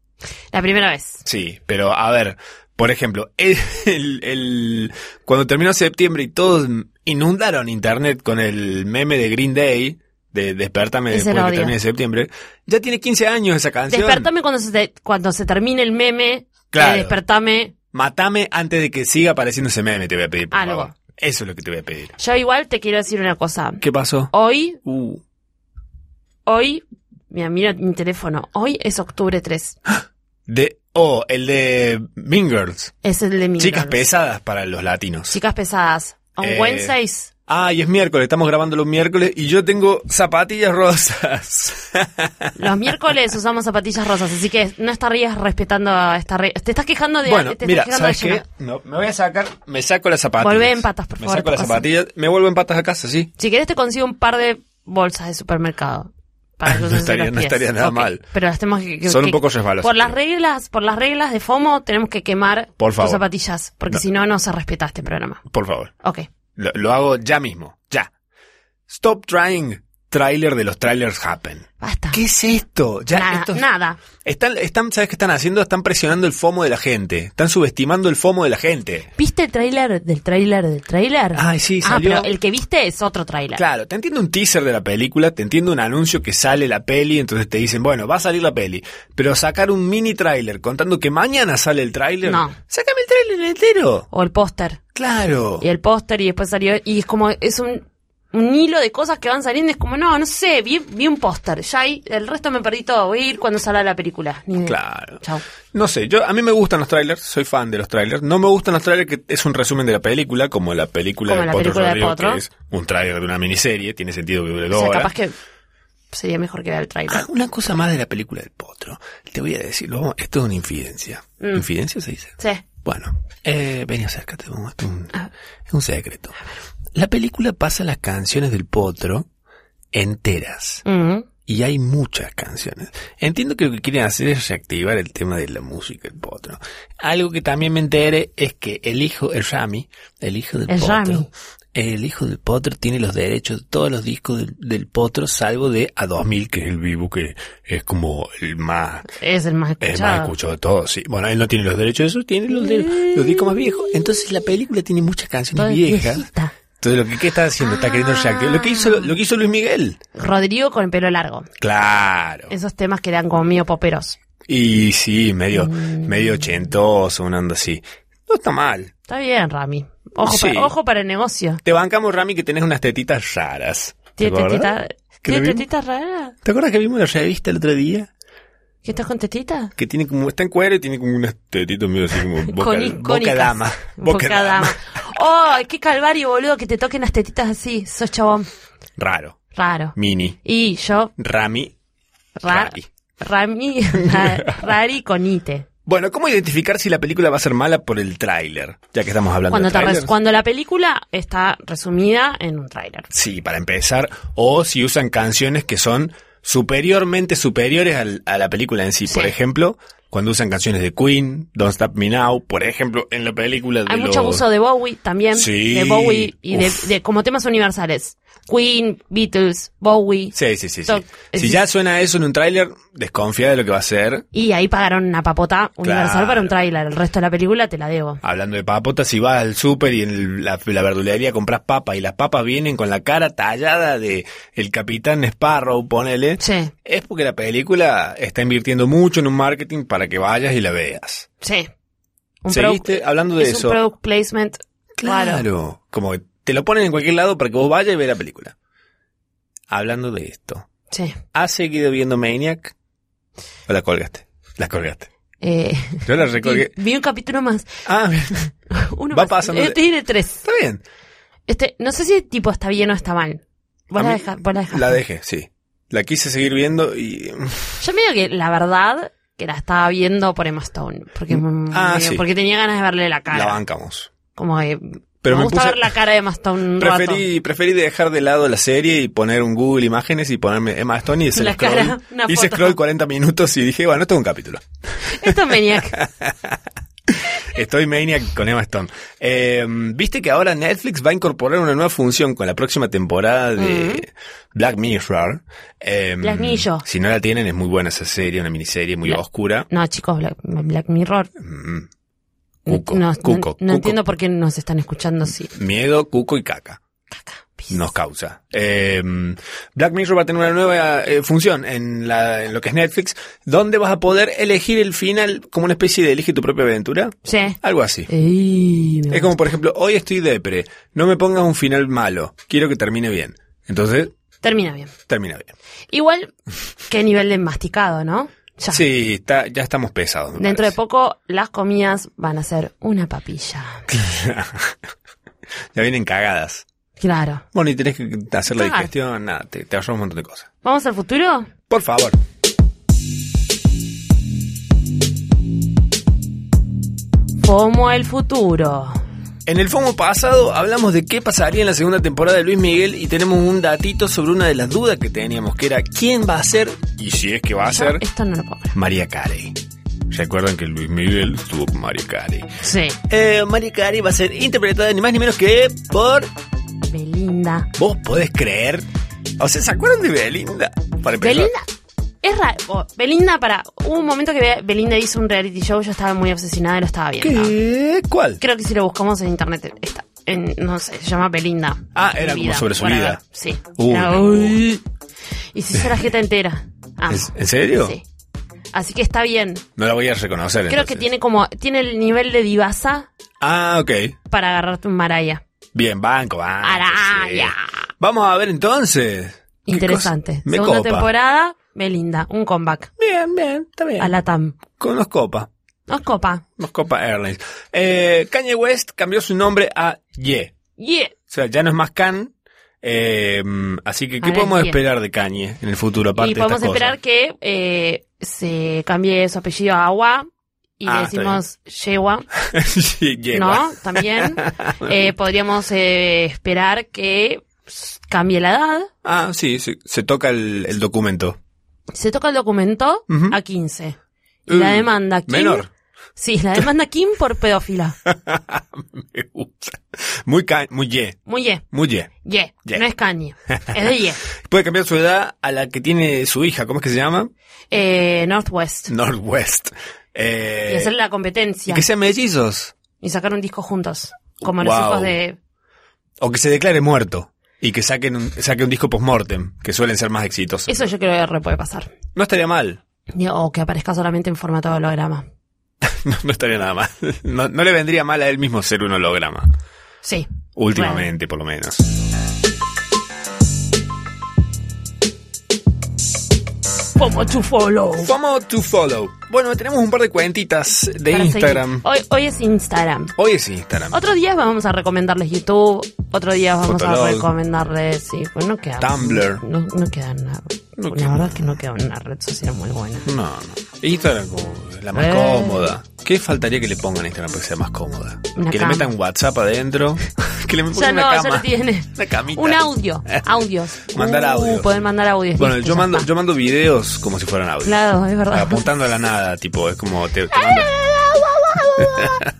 Speaker 1: La primera vez.
Speaker 2: Sí, pero a ver, por ejemplo, el, el- el- cuando terminó septiembre y todos inundaron internet con el meme de Green Day, de Despertame
Speaker 1: Ese
Speaker 2: después
Speaker 1: lo
Speaker 2: de que
Speaker 1: odio.
Speaker 2: termine septiembre, ya tiene 15 años esa canción.
Speaker 1: Despertame cuando se, te- cuando se termine el meme.
Speaker 2: Claro.
Speaker 1: Eh, Despertame.
Speaker 2: Matame antes de que siga apareciendo ese meme, te voy a pedir, por
Speaker 1: Algo.
Speaker 2: favor. Eso es lo que te voy a pedir.
Speaker 1: Yo igual te quiero decir una cosa.
Speaker 2: ¿Qué pasó?
Speaker 1: Hoy,
Speaker 2: Uh,
Speaker 1: hoy, mira, mira mi teléfono. Hoy es octubre 3.
Speaker 2: de, oh, el de Mean Girls.
Speaker 1: Es el de mi
Speaker 2: Chicas pesadas para los latinos.
Speaker 1: Chicas pesadas. On
Speaker 2: Eh,
Speaker 1: Wednesdays.
Speaker 2: Ah, y es miércoles, estamos grabándolo un miércoles y yo tengo zapatillas rosas.
Speaker 1: Los miércoles usamos zapatillas rosas, así que no estarías respetando a esta regla. Te estás quejando de.
Speaker 2: Bueno,
Speaker 1: te estás
Speaker 2: mira,
Speaker 1: quejando
Speaker 2: ¿sabes
Speaker 1: de
Speaker 2: qué?
Speaker 1: Jenna.
Speaker 2: No, me voy a sacar, me saco las zapatillas.
Speaker 1: Volvé en patas, por
Speaker 2: me
Speaker 1: favor,
Speaker 2: saco las
Speaker 1: cosa.
Speaker 2: zapatillas, me vuelvo en patas a casa, sí.
Speaker 1: Si querés, te consigo un par de bolsas de supermercado. Para que
Speaker 2: No
Speaker 1: uses en
Speaker 2: estaría-
Speaker 1: los
Speaker 2: no
Speaker 1: pies.
Speaker 2: estaría nada
Speaker 1: Ok,
Speaker 2: mal.
Speaker 1: Pero las tenemos que. que-
Speaker 2: Son un
Speaker 1: que-
Speaker 2: poco resbalosas,
Speaker 1: Por las
Speaker 2: pero-
Speaker 1: reglas, por las reglas de FOMO, tenemos que quemar
Speaker 2: Por favor.
Speaker 1: tus zapatillas. Porque
Speaker 2: No.
Speaker 1: si no, no se respeta este programa.
Speaker 2: Por favor,
Speaker 1: Ok.
Speaker 2: lo, lo hago ya mismo, ya. Stop trying, trailer de los trailers happen.
Speaker 1: Basta.
Speaker 2: ¿Qué es esto? Ya,
Speaker 1: nada,
Speaker 2: estos-
Speaker 1: nada.
Speaker 2: Están, están, ¿sabes qué están haciendo? Están presionando el FOMO de la gente. Están subestimando el FOMO de la gente.
Speaker 1: ¿Viste el tráiler del tráiler del tráiler?
Speaker 2: Ay, sí,
Speaker 1: Ah,
Speaker 2: salió.
Speaker 1: pero el que viste es otro tráiler.
Speaker 2: Claro, te entiendo un teaser de la película, te entiendo un anuncio que sale la peli, entonces te dicen, bueno, va a salir la peli. Pero sacar un mini tráiler contando que mañana sale el tráiler.
Speaker 1: No.
Speaker 2: Sácame el tráiler entero.
Speaker 1: O el póster.
Speaker 2: Claro.
Speaker 1: Y el póster y después salió. Y es como, es un, un hilo de cosas que van saliendo. Es como, no, no sé, vi, vi un póster. Ya ahí, el resto me perdí todo. Voy a ir cuando salga la película. Ni idea.
Speaker 2: Claro.
Speaker 1: Chau.
Speaker 2: No sé, yo a mí me gustan los trailers, soy fan de los trailers. No me gustan los trailers que es un resumen de la película, como la película
Speaker 1: Como
Speaker 2: de
Speaker 1: la
Speaker 2: Potro
Speaker 1: película de
Speaker 2: Rodrigo,
Speaker 1: Potro.
Speaker 2: que es un trailer de una miniserie, tiene sentido que dure
Speaker 1: O
Speaker 2: dos
Speaker 1: sea,
Speaker 2: horas.
Speaker 1: capaz que sería mejor que vea el trailer.
Speaker 2: Ah, una cosa más de la película del Potro. Te voy a decir, lo vamos- esto es una infidencia.
Speaker 1: Mm.
Speaker 2: ¿Infidencia se dice?
Speaker 1: Sí.
Speaker 2: Bueno, eh, vení acércate, vamos, esto es un, es un secreto. La película pasa las canciones del Potro enteras.
Speaker 1: Mm.
Speaker 2: Y hay muchas canciones. Entiendo que lo que quieren hacer es reactivar el tema de la música del potro. Algo que también me enteré es que el hijo, el Rami, el hijo del
Speaker 1: El
Speaker 2: potro,
Speaker 1: Rami.
Speaker 2: el hijo del potro tiene los derechos de todos los discos del, del potro, salvo de A 2000, que es el vivo que es como el más,
Speaker 1: Es el más escuchado.
Speaker 2: el más escuchado de todos, sí. Bueno, él no tiene los derechos de eso, tiene los, de- los discos más viejos. Entonces la película tiene muchas canciones
Speaker 1: Todo es
Speaker 2: viejas.
Speaker 1: viejita.
Speaker 2: Entonces lo que ¿qué está haciendo, está queriendo reactivar. Lo que hizo, lo que hizo Luis Miguel.
Speaker 1: Rodrigo con el pelo largo.
Speaker 2: Claro.
Speaker 1: Esos temas que eran como mío poperos.
Speaker 2: Y sí, medio,
Speaker 1: Mm.
Speaker 2: medio ochentoso, una onda así. No está mal.
Speaker 1: Está bien, Rami. Ojo,
Speaker 2: Sí.
Speaker 1: para, ojo para el negocio.
Speaker 2: Te bancamos, Rami, que tenés unas tetitas raras. ¿Te
Speaker 1: ¿Tiene
Speaker 2: acuerdas?
Speaker 1: tetita,
Speaker 2: ¿Que
Speaker 1: ¿tiene
Speaker 2: lo vimos?
Speaker 1: tetita rara?
Speaker 2: ¿Te acuerdas que vimos la revista el otro día?
Speaker 1: ¿Que estás con tetita?
Speaker 2: Que tiene como, está en cuero y tiene como unas tetitas medio así como boca,
Speaker 1: Coni-
Speaker 2: boca
Speaker 1: cónicas.
Speaker 2: dama.
Speaker 1: Boca, dama. ¡Oh, qué calvario, boludo, que te toquen las tetitas así! Sos chabón.
Speaker 2: Raro.
Speaker 1: Raro.
Speaker 2: Mini.
Speaker 1: Y yo,
Speaker 2: Rami.
Speaker 1: ra-
Speaker 2: Rari.
Speaker 1: Rami, ra- Rari con Ite.
Speaker 2: Bueno, ¿cómo identificar si la película va a ser mala por el tráiler? Ya que estamos hablando
Speaker 1: Cuando,
Speaker 2: de
Speaker 1: te res-
Speaker 2: trailers.
Speaker 1: cuando la película está resumida en un tráiler.
Speaker 2: Sí, para empezar. O si usan canciones que son superiormente superiores al- a la película en sí.
Speaker 1: Sí.
Speaker 2: Por ejemplo, cuando usan canciones de Queen, Don't Stop Me Now, por ejemplo, en la película de
Speaker 1: Hay
Speaker 2: los-
Speaker 1: mucho abuso de Bowie también.
Speaker 2: Sí.
Speaker 1: De Bowie y de,
Speaker 2: Uf.
Speaker 1: de- como temas universales. Queen, Beatles, Bowie.
Speaker 2: Sí, sí, sí. sí.
Speaker 1: Toc-
Speaker 2: Si
Speaker 1: es-
Speaker 2: ya suena eso en un tráiler, desconfía de lo que va a ser.
Speaker 1: Y ahí pagaron una papota universal
Speaker 2: Claro.
Speaker 1: para un tráiler. El resto de la película te la debo.
Speaker 2: Hablando de papotas, si vas al súper y en el- la, la verdulería compras papas y las papas vienen con la cara tallada de el capitán Sparrow, ponele,
Speaker 1: Sí,
Speaker 2: es porque la película está invirtiendo mucho en un marketing para que vayas y la veas.
Speaker 1: sí. Un
Speaker 2: Seguiste
Speaker 1: product-
Speaker 2: hablando de
Speaker 1: es
Speaker 2: eso.
Speaker 1: un product placement. Claro.
Speaker 2: Claro, como que te lo ponen en cualquier lado para que vos vayas y veas la película. Hablando de esto,
Speaker 1: Sí.
Speaker 2: ¿has seguido viendo Maniac? ¿O la colgaste? La colgaste.
Speaker 1: Eh,
Speaker 2: Yo la recolgué.
Speaker 1: vi, vi un capítulo más.
Speaker 2: Ah, bien.
Speaker 1: Uno
Speaker 2: Va
Speaker 1: más.
Speaker 2: pasando de-
Speaker 1: Eh, tiene tres.
Speaker 2: está bien.
Speaker 1: Este, no sé si tipo está bien o está mal. Vos
Speaker 2: A
Speaker 1: la,
Speaker 2: mí-
Speaker 1: deja- vos la dejaste.
Speaker 2: La dejé, sí. La quise seguir viendo y...
Speaker 1: Yo medio que la verdad que la estaba viendo por Emma Stone. Porque, mm,
Speaker 2: Ah,
Speaker 1: medio-
Speaker 2: sí.
Speaker 1: porque tenía ganas de verle la cara.
Speaker 2: La bancamos.
Speaker 1: Como que
Speaker 2: Pero
Speaker 1: me,
Speaker 2: me
Speaker 1: gusta
Speaker 2: puse-
Speaker 1: ver la cara de Emma Stone un rato.
Speaker 2: Preferí, preferí dejar de lado la serie y poner un Google Imágenes y ponerme Emma Stone y hice
Speaker 1: La
Speaker 2: scroll.
Speaker 1: cara, una
Speaker 2: hice
Speaker 1: foto.
Speaker 2: scroll 40 minutos y dije, bueno, esto es un capítulo.
Speaker 1: Esto es Maniac.
Speaker 2: Estoy maniac con Emma Stone. Eh, Viste que ahora Netflix va a incorporar una nueva función con la próxima temporada de Black Mirror. Eh,
Speaker 1: Mm. Black Mirror.
Speaker 2: Si no la tienen, es muy buena esa serie, una miniserie muy
Speaker 1: Black-
Speaker 2: oscura.
Speaker 1: No, chicos, Black, Black Mirror.
Speaker 2: Mm. Cuco,
Speaker 1: no, no-
Speaker 2: cuco,
Speaker 1: no
Speaker 2: cuco.
Speaker 1: entiendo por qué nos están escuchando si
Speaker 2: Miedo, cuco y caca.
Speaker 1: Caca, pis.
Speaker 2: nos causa. Eh, Black Mirror va a tener una nueva eh, función en, la- en lo que es Netflix, donde vas a poder elegir el final como una especie de elige tu propia aventura,
Speaker 1: Sí.
Speaker 2: algo así.
Speaker 1: Eh, Ey, me
Speaker 2: Es como, por ejemplo, hoy estoy depre, no me pongas un final malo, quiero que termine bien. Entonces,
Speaker 1: gusta. Termina bien.
Speaker 2: termina bien.
Speaker 1: Igual, qué nivel de masticado, ¿no? Ya.
Speaker 2: Sí, está, ya estamos pesados. me
Speaker 1: Dentro de
Speaker 2: parece.
Speaker 1: poco, las comidas van a ser una papilla.
Speaker 2: Ya vienen cagadas.
Speaker 1: Claro.
Speaker 2: Bueno, y tenés que hacer la
Speaker 1: Claro.
Speaker 2: digestión, nada, te, te ahorras un montón de cosas.
Speaker 1: ¿Vamos al futuro?
Speaker 2: Por favor.
Speaker 1: Como el futuro.
Speaker 2: En el FOMO pasado hablamos de qué pasaría en la segunda temporada de Luis Miguel y tenemos un datito sobre una de las dudas que teníamos, que era quién va a ser, y si es que va a
Speaker 1: Yo
Speaker 2: ser,
Speaker 1: Esto no lo puedo creer.
Speaker 2: María Carey. ¿Recuerdan que Luis Miguel estuvo con María Carey?
Speaker 1: Sí.
Speaker 2: Eh, María Carey va a ser interpretada ni más ni menos que por...
Speaker 1: Belinda.
Speaker 2: ¿Vos podés creer? O sea, ¿se acuerdan de Belinda? Para empezar.
Speaker 1: Belinda. Es raro. Oh, Belinda, para. Hubo un momento que Be- Belinda hizo un reality show, yo estaba muy obsesionada y lo estaba viendo.
Speaker 2: ¿Qué? ¿Cuál?
Speaker 1: Creo que si lo buscamos en internet está. en- no sé, se llama Belinda.
Speaker 2: Ah, era
Speaker 1: Mi
Speaker 2: como sobre su
Speaker 1: whatever.
Speaker 2: vida. Uh.
Speaker 1: Sí.
Speaker 2: Uy,
Speaker 1: Era-
Speaker 2: no.
Speaker 1: uy. Y se hizo la jeta entera. Amo.
Speaker 2: ¿Es- ¿En serio?
Speaker 1: Sí. Así que está bien.
Speaker 2: No la voy a reconocer.
Speaker 1: Creo que
Speaker 2: entonces.
Speaker 1: tiene como. Tiene el nivel de divasa
Speaker 2: Ah, ok.
Speaker 1: para agarrarte un maraya.
Speaker 2: Bien, banco, banco.
Speaker 1: Araya.
Speaker 2: sí. Vamos a ver entonces. ¿Qué
Speaker 1: Interesante.
Speaker 2: Ah, cosa? Me
Speaker 1: Segunda
Speaker 2: copa.
Speaker 1: temporada, Belinda. Un comeback.
Speaker 2: Bien, bien, está bien.
Speaker 1: A la TAM.
Speaker 2: Con los copa.
Speaker 1: Nos copa.
Speaker 2: Nos copa Airlines. Eh, Kanye West cambió su nombre a Ye.
Speaker 1: Yeah.
Speaker 2: O sea, ya no es más Can. eh, así que,
Speaker 1: Ahora
Speaker 2: ¿qué
Speaker 1: es
Speaker 2: podemos
Speaker 1: Ye.
Speaker 2: esperar de Kanye en el futuro? Aparte
Speaker 1: y podemos
Speaker 2: de estas
Speaker 1: esperar
Speaker 2: cosas?
Speaker 1: que eh, se cambie su apellido a Agua y
Speaker 2: Ah,
Speaker 1: le decimos Yewa,
Speaker 2: Sí, Yewa.
Speaker 1: ¿no? También Eh, podríamos eh, esperar que s- cambie la edad.
Speaker 2: Ah, sí, sí, se toca el, el documento.
Speaker 1: Se toca el documento
Speaker 2: Ujú.
Speaker 1: a 15. Y la
Speaker 2: Mm,
Speaker 1: demanda Kim.
Speaker 2: Menor.
Speaker 1: Sí, la demanda Kim por pedófila.
Speaker 2: Me gusta. Muy, Kan- muy Ye.
Speaker 1: Muy ye,
Speaker 2: Muy Ye.
Speaker 1: ye.
Speaker 2: Ye.
Speaker 1: No es Kanye. Es de ye.
Speaker 2: Puede cambiar su edad a la que tiene su hija. ¿Cómo es que se llama?
Speaker 1: Eh, Northwest.
Speaker 2: Northwest. Eh,
Speaker 1: y hacer la competencia.
Speaker 2: Y que sean mellizos.
Speaker 1: y sacar un disco juntos. Como los
Speaker 2: Wow.
Speaker 1: hijos de.
Speaker 2: O que se declare muerto. Y que saquen un, saque un disco post-mortem, que suelen ser más exitosos.
Speaker 1: Eso yo creo que re puede pasar.
Speaker 2: No estaría mal.
Speaker 1: Ni- O que aparezca solamente en formato de holograma.
Speaker 2: No, no estaría nada mal. No, no le vendría mal a él mismo ser un holograma.
Speaker 1: Sí.
Speaker 2: Últimamente, por lo menos.
Speaker 1: Como to follow.
Speaker 2: FOMO to follow. Bueno, tenemos un par de cuentitas de
Speaker 1: Para
Speaker 2: Instagram.
Speaker 1: seguir. Hoy, hoy es Instagram.
Speaker 2: Hoy es Instagram.
Speaker 1: Otros días vamos a recomendarles YouTube. Otros días vamos a
Speaker 2: Fotolog.
Speaker 1: recomendarles. Sí, pues no queda.
Speaker 2: Tumblr.
Speaker 1: No, no queda nada.
Speaker 2: No
Speaker 1: la
Speaker 2: queda
Speaker 1: verdad es que no queda una red social muy buena.
Speaker 2: No, no. Instagram como la más
Speaker 1: Eh.
Speaker 2: cómoda. ¿Qué faltaría que le pongan a Instagram para que sea más cómoda?
Speaker 1: Una
Speaker 2: que
Speaker 1: cama.
Speaker 2: le metan WhatsApp adentro. que le pongan
Speaker 1: Ya
Speaker 2: una
Speaker 1: no,
Speaker 2: cama.
Speaker 1: ya lo tiene.
Speaker 2: Una camita.
Speaker 1: Un audio, audios.
Speaker 2: Mandar
Speaker 1: Uh,
Speaker 2: audios.
Speaker 1: Pueden mandar audios.
Speaker 2: Bueno,
Speaker 1: listo,
Speaker 2: yo
Speaker 1: ya
Speaker 2: mando,
Speaker 1: está.
Speaker 2: yo mando videos como si fueran audio.
Speaker 1: Claro, es verdad.
Speaker 2: Apuntando a la nada, tipo, es como te, te mando-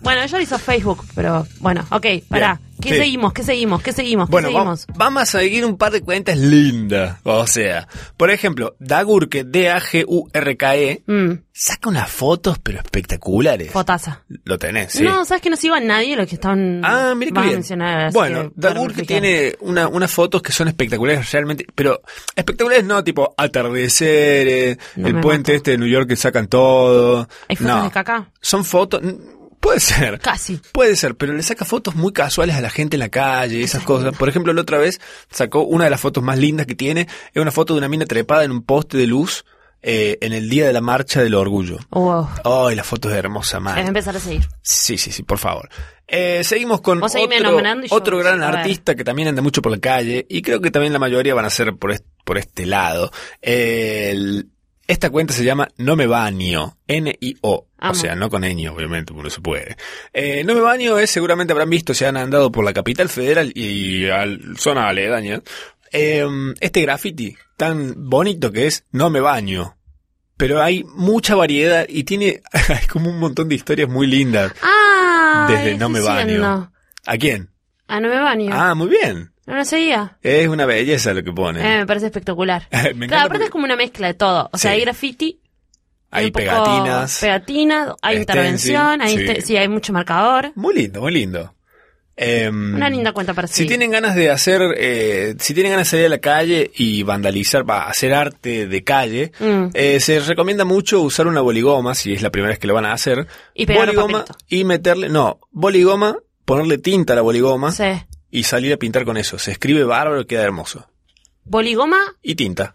Speaker 1: Bueno, yo lo hizo Facebook, pero bueno, ok, pará.
Speaker 2: Bien,
Speaker 1: ¿Qué
Speaker 2: sí.
Speaker 1: seguimos? ¿Qué seguimos? ¿Qué seguimos? ¿Qué
Speaker 2: Bueno, va-
Speaker 1: seguimos?
Speaker 2: vamos a seguir un par de cuentas lindas. O sea, por ejemplo, Dagurke, D-A-G-U-R-K-E,
Speaker 1: Mm,
Speaker 2: E. saca unas fotos pero espectaculares.
Speaker 1: fotaza.
Speaker 2: Lo tenés, sí.
Speaker 1: No, sabes que no sigo a nadie los que estaban.
Speaker 2: Ah, mira qué
Speaker 1: vas a
Speaker 2: bien.
Speaker 1: mencionar, así
Speaker 2: bueno,
Speaker 1: que
Speaker 2: Dagur que
Speaker 1: perfecto.
Speaker 2: tiene una- unas fotos que son espectaculares realmente, pero espectaculares no, tipo atardecer, eh,
Speaker 1: No
Speaker 2: el
Speaker 1: me
Speaker 2: puente
Speaker 1: mato.
Speaker 2: este de New York que sacan todo.
Speaker 1: ¿Hay fotos
Speaker 2: no.
Speaker 1: de caca?
Speaker 2: Son fotos, n- puede ser.
Speaker 1: Casi.
Speaker 2: Puede ser, pero le saca fotos muy casuales a la gente en la calle, esas cosas. Por ejemplo, la otra vez sacó una de las fotos más lindas que tiene, es una foto de una mina trepada en un poste de luz eh, en el día de la marcha del orgullo.
Speaker 1: Oh, Wow.
Speaker 2: Ay, la foto es hermosa,
Speaker 1: Voy a
Speaker 2: man.
Speaker 1: empezar a seguir.
Speaker 2: Sí, sí, sí, por favor. Eh, seguimos con
Speaker 1: Vos seguime
Speaker 2: otro,
Speaker 1: nombrando y yo-
Speaker 2: otro gran
Speaker 1: a ver.
Speaker 2: artista que también anda mucho por la calle y creo que también la mayoría van a ser por, est- por este lado. El- esta cuenta se llama No me baño, N-I-O. O
Speaker 1: Amo.
Speaker 2: sea, no con ñ, obviamente, porque no se puede. Eh, no me baño es, seguramente habrán visto, se han andado por la capital federal y al, zona aledaña. Eh, este graffiti tan bonito que es No me baño. Pero hay mucha variedad y tiene hay como un montón de historias muy lindas.
Speaker 1: Ah,
Speaker 2: Desde
Speaker 1: es
Speaker 2: no me baño.
Speaker 1: diciendo.
Speaker 2: ¿A quién?
Speaker 1: Ah, no me baño.
Speaker 2: Ah, muy bien.
Speaker 1: No lo seguía.
Speaker 2: Es una belleza lo que pone.
Speaker 1: Eh, me parece espectacular.
Speaker 2: Me encanta
Speaker 1: Claro, aparte
Speaker 2: porque
Speaker 1: es como una mezcla de todo. O sea,
Speaker 2: Sí.
Speaker 1: hay graffiti,
Speaker 2: hay
Speaker 1: un poco
Speaker 2: pegatinas.
Speaker 1: pegatinas, hay
Speaker 2: stencil,
Speaker 1: intervención, hay
Speaker 2: sí.
Speaker 1: este- sí, hay mucho marcador.
Speaker 2: Muy lindo, muy lindo. Em,
Speaker 1: Una linda cuenta para
Speaker 2: Si
Speaker 1: seguir.
Speaker 2: tienen ganas de hacer, eh, si tienen ganas de salir a la calle y vandalizar, va, hacer arte de calle,
Speaker 1: Mm.
Speaker 2: eh, se recomienda mucho usar una boligoma, si es la primera vez que lo van a hacer.
Speaker 1: Y pegar un
Speaker 2: boligoma
Speaker 1: papelito.
Speaker 2: y meterle, no, boligoma, ponerle tinta a la boligoma
Speaker 1: Sí.
Speaker 2: y salir a pintar con eso. Se escribe bárbaro, queda hermoso.
Speaker 1: ¿Boligoma?
Speaker 2: Y tinta,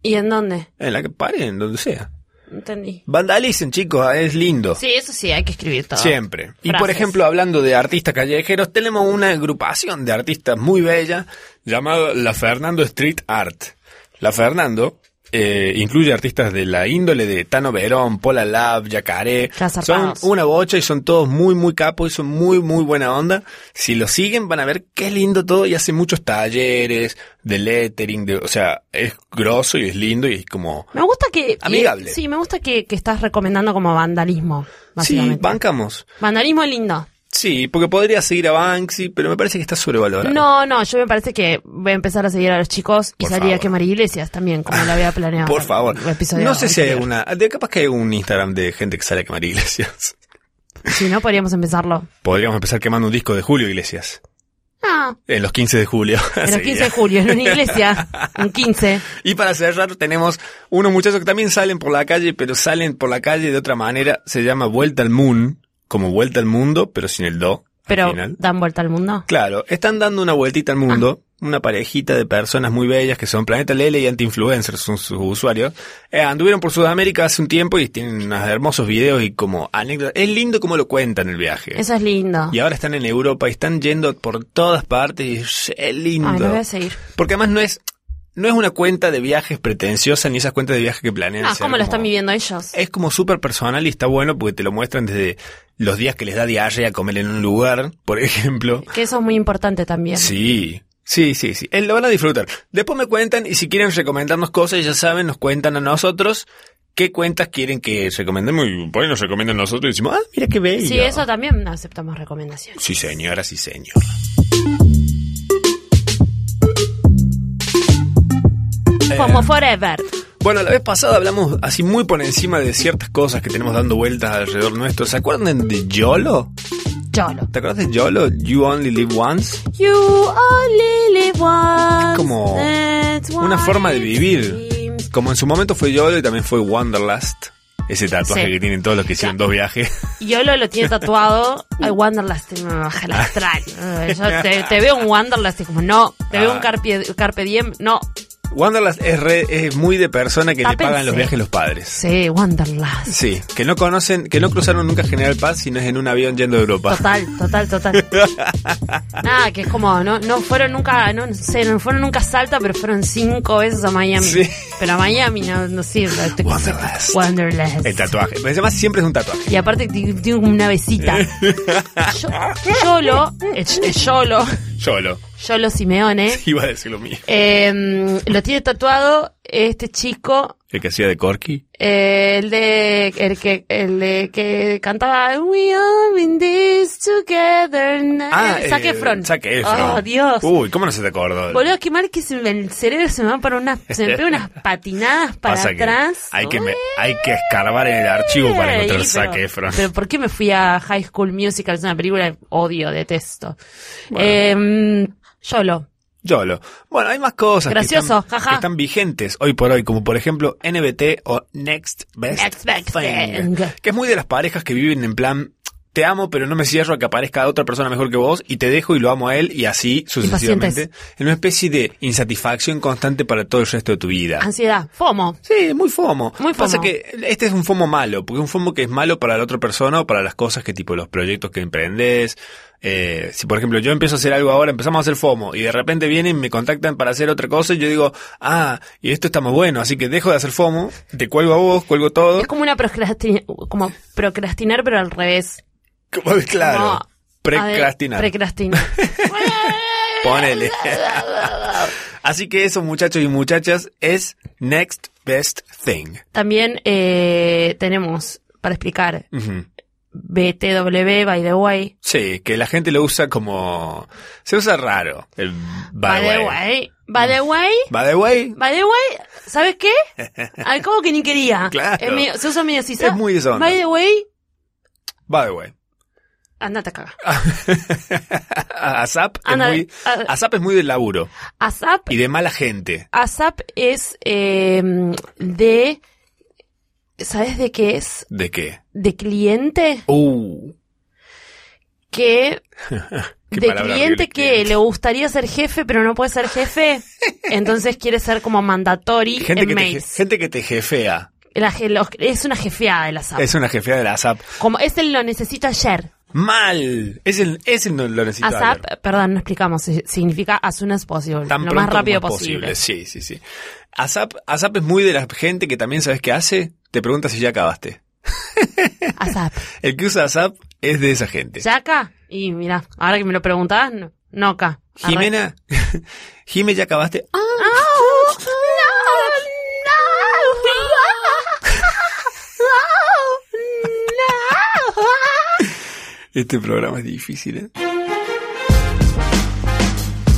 Speaker 1: ¿Y en dónde?
Speaker 2: en la que paren, donde sea.
Speaker 1: Entendí.
Speaker 2: Vandalicen, chicos, ah, es lindo.
Speaker 1: Sí, eso sí, hay que escribir todo.
Speaker 2: Siempre. Y por
Speaker 1: Frases.
Speaker 2: ejemplo, hablando de artistas callejeros, tenemos una agrupación de artistas muy bella llamada La Fernando Street Art. La Fernando eh, incluye artistas de la índole de Tano Verón, Pola Lab, Yacaré.
Speaker 1: Ya
Speaker 2: Son
Speaker 1: zarpados.
Speaker 2: una bocha y son todos muy, muy capos y son muy, muy buena onda. Si lo siguen van a ver qué lindo todo y hace muchos talleres de lettering, de, o sea, es grosso y es lindo y es como...
Speaker 1: Me gusta que...
Speaker 2: Amigable.
Speaker 1: eh, sí, me gusta que, que estás recomendando como vandalismo,
Speaker 2: Sí,
Speaker 1: básicamente.
Speaker 2: bancamos.
Speaker 1: Vandalismo lindo.
Speaker 2: Sí, porque podría seguir a Banksy, pero me parece que está sobrevalorado.
Speaker 1: No, no, yo me parece que voy a empezar a seguir a los chicos y
Speaker 2: Por
Speaker 1: salir a
Speaker 2: favor.
Speaker 1: quemar iglesias también, como lo había planeado.
Speaker 2: Por favor.
Speaker 1: El episodio
Speaker 2: no sé si hay
Speaker 1: anterior.
Speaker 2: alguna. de- Capaz que hay un Instagram de gente que sale a quemar iglesias.
Speaker 1: Si no, podríamos empezarlo.
Speaker 2: Podríamos empezar quemando un disco de Julio Iglesias.
Speaker 1: Ah,
Speaker 2: En los 15 de julio.
Speaker 1: en los
Speaker 2: Sería.
Speaker 1: 15 de julio, en una iglesia, un 15.
Speaker 2: Y para cerrar, tenemos unos muchachos que también salen por la calle, pero salen por la calle de otra manera. Se llama Vuelta al Moon. Como Vuelta al Mundo, pero sin el do. al
Speaker 1: Pero
Speaker 2: final.
Speaker 1: dan vuelta al mundo.
Speaker 2: Claro, están dando una vueltita al mundo. Una parejita de personas muy bellas que son Planeta Lele y Anti-Influencers, son sus usuarios. Eh, anduvieron por Sudamérica hace un tiempo y tienen unos hermosos videos y como anécdotas. Es lindo como lo cuentan el viaje.
Speaker 1: Eso es lindo.
Speaker 2: Y ahora están en Europa y están yendo por todas partes y es es lindo.
Speaker 1: Ay, lo voy a seguir.
Speaker 2: Porque además no es, no es una cuenta de viajes pretenciosa ni esas cuentas de viajes que planean.
Speaker 1: Ah,
Speaker 2: ser
Speaker 1: ¿cómo lo
Speaker 2: como- Eh.
Speaker 1: están viviendo ellos?
Speaker 2: es como súper personal y está bueno porque te lo muestran desde los días que les da diarrea comer en un lugar, por ejemplo.
Speaker 1: Que eso es muy importante también.
Speaker 2: Sí. Sí, sí, sí. Eh, Lo van a disfrutar. Después me cuentan y si quieren recomendarnos cosas, ya saben, nos cuentan a nosotros qué cuentas quieren que recomendemos y por ahí nos recomiendan nosotros y decimos, ah, mira qué bello.
Speaker 1: Sí, eso también aceptamos recomendaciones.
Speaker 2: Sí, señora, sí, señor. Eh.
Speaker 1: Como Forever.
Speaker 2: Bueno, la vez pasada hablamos así muy por encima de ciertas cosas que tenemos dando vueltas alrededor nuestro. ¿Se acuerdan de YOLO?
Speaker 1: Cholo.
Speaker 2: ¿Te acuerdas de YOLO? You Only Live Once.
Speaker 1: You only live once.
Speaker 2: Es como
Speaker 1: that's
Speaker 2: una
Speaker 1: what
Speaker 2: forma de
Speaker 1: it
Speaker 2: vivir.
Speaker 1: seems.
Speaker 2: Como en su momento fue YOLO y también fue Wanderlust. Ese tatuaje
Speaker 1: Sí.
Speaker 2: que tienen todos los que hicieron dos viajes.
Speaker 1: Yolo lo tiene tatuado. Ay, Wanderlust me baja el astral. Ay, Yo te, te veo un Wanderlust y como, no. Te veo
Speaker 2: Ah.
Speaker 1: un Carpe, Carpe Diem, no.
Speaker 2: Wanderlust es, re- es muy de persona que
Speaker 1: Tápense.
Speaker 2: le pagan los viajes los padres.
Speaker 1: Sí, Wanderlust.
Speaker 2: Sí, que no conocen, que no cruzaron nunca General Paz, sino es en un avión yendo a Europa.
Speaker 1: Total, total, total. Nada, que es como, no, no fueron nunca, no sé, no fueron nunca a Salta, pero fueron cinco veces a Miami.
Speaker 2: Sí.
Speaker 1: Pero a Miami no, no sirve. Te-
Speaker 2: Wanderlust.
Speaker 1: Wanderlust.
Speaker 2: El tatuaje. Pero Además siempre es un tatuaje.
Speaker 1: Y aparte ti- tiene como una besita. Yo- Yolo, eh, eh, Yolo,
Speaker 2: Solo.
Speaker 1: Yolo Simeone,
Speaker 2: Iba a decir lo mío.
Speaker 1: eh, lo tiene tatuado este chico,
Speaker 2: El que hacía de Corky.
Speaker 1: eh, el de, el que, el de que cantaba We are in this together now. Ah, Zac Efron.
Speaker 2: Saque Ah, eh, Efron. Uh.
Speaker 1: Oh, Dios.
Speaker 2: Uy, ¿cómo no se te acordó?
Speaker 1: Boludo, qué mal que se me- el cerebro se me va para unas, se me pega unas patinadas para
Speaker 2: Pasa que
Speaker 1: atrás.
Speaker 2: hay que, me- hay que escarbar en el archivo para
Speaker 1: Ey,
Speaker 2: encontrar
Speaker 1: pero-
Speaker 2: Zac Efron.
Speaker 1: Pero ¿por qué me fui a High School Musical? Es una película que odio, detesto.
Speaker 2: Bueno.
Speaker 1: Eh, Yolo.
Speaker 2: Yolo. Bueno, hay más cosas
Speaker 1: Gracioso,
Speaker 2: que, están,
Speaker 1: jaja.
Speaker 2: que están vigentes hoy por hoy, como por ejemplo NBT o Next Best,
Speaker 1: Next Best
Speaker 2: Thing,
Speaker 1: Thing.
Speaker 2: que es muy de las parejas que viven en plan te amo, pero no me cierro a que aparezca otra persona mejor que vos y te dejo y lo amo a él y así sucesivamente. En una especie de insatisfacción constante para todo el resto de tu vida.
Speaker 1: Ansiedad. FOMO.
Speaker 2: Sí, muy fomo.
Speaker 1: Muy
Speaker 2: Pasa
Speaker 1: fomo.
Speaker 2: que este es un fomo malo, porque es un fomo que es malo para la otra persona o para las cosas que tipo los proyectos que emprendés. Eh, si por ejemplo yo empiezo a hacer algo ahora, empezamos a hacer fomo y de repente vienen y me contactan para hacer otra cosa y yo digo, ah, y esto está muy bueno, así que dejo de hacer fomo, te cuelgo a vos, cuelgo todo.
Speaker 1: Es como una procrastin como procrastinar, pero al revés.
Speaker 2: Como- claro,
Speaker 1: Como-
Speaker 2: precrastinar.
Speaker 1: A ver, Precrastinar.
Speaker 2: Ponele. así que eso muchachos y muchachas es next best thing.
Speaker 1: También eh, tenemos, para explicar,
Speaker 2: Ujú.
Speaker 1: BTW, by the way.
Speaker 2: Sí, que la gente lo usa como... Se usa raro. El by, the way.
Speaker 1: By the way.
Speaker 2: By the way.
Speaker 1: By the way, ¿sabes qué? Ay, como que ni quería.
Speaker 2: Claro.
Speaker 1: Es medio- se usa medio así.
Speaker 2: Es muy esa onda.
Speaker 1: By the way,
Speaker 2: By the way.
Speaker 1: andate a cagar.
Speaker 2: ASAP Ah, es
Speaker 1: Anda,
Speaker 2: muy...
Speaker 1: ah.
Speaker 2: ASAP es muy del laburo
Speaker 1: ASAP,
Speaker 2: y de mala gente.
Speaker 1: ASAP es eh, de... ¿Sabes de qué es?
Speaker 2: ¿De qué?
Speaker 1: De cliente
Speaker 2: Uh,
Speaker 1: que...
Speaker 2: Qué
Speaker 1: de
Speaker 2: palabra
Speaker 1: cliente
Speaker 2: horrible
Speaker 1: que
Speaker 2: tiene.
Speaker 1: le gustaría ser jefe, pero no puede ser jefe. Entonces quiere ser como mandatory
Speaker 2: gente,
Speaker 1: en
Speaker 2: que te, je-
Speaker 1: mails.
Speaker 2: gente que te jefea.
Speaker 1: La je- los- es una jefeada del ASAP.
Speaker 2: Es una jefea del ASAP.
Speaker 1: Como, es el lo necesito ayer.
Speaker 2: Mal. Es el, es el no lo necesito hablar.
Speaker 1: ASAP, perdón, no explicamos, si- significa as soon as possible,
Speaker 2: Tan
Speaker 1: lo
Speaker 2: pronto
Speaker 1: más rápido
Speaker 2: como
Speaker 1: posible.
Speaker 2: Sí, sí, sí. ASAP, ASAP es muy de la gente que también sabes qué hace. Te pregunta si ya acabaste.
Speaker 1: ASAP.
Speaker 2: El que usa ASAP es de esa gente.
Speaker 1: ¿Ya acá? Y mira, ahora que me lo preguntabas, no, no acá. Arre-
Speaker 2: Jimena, Jime, ya acabaste.
Speaker 1: Ah, no, no, no, no.
Speaker 2: Este programa es difícil, ¿eh?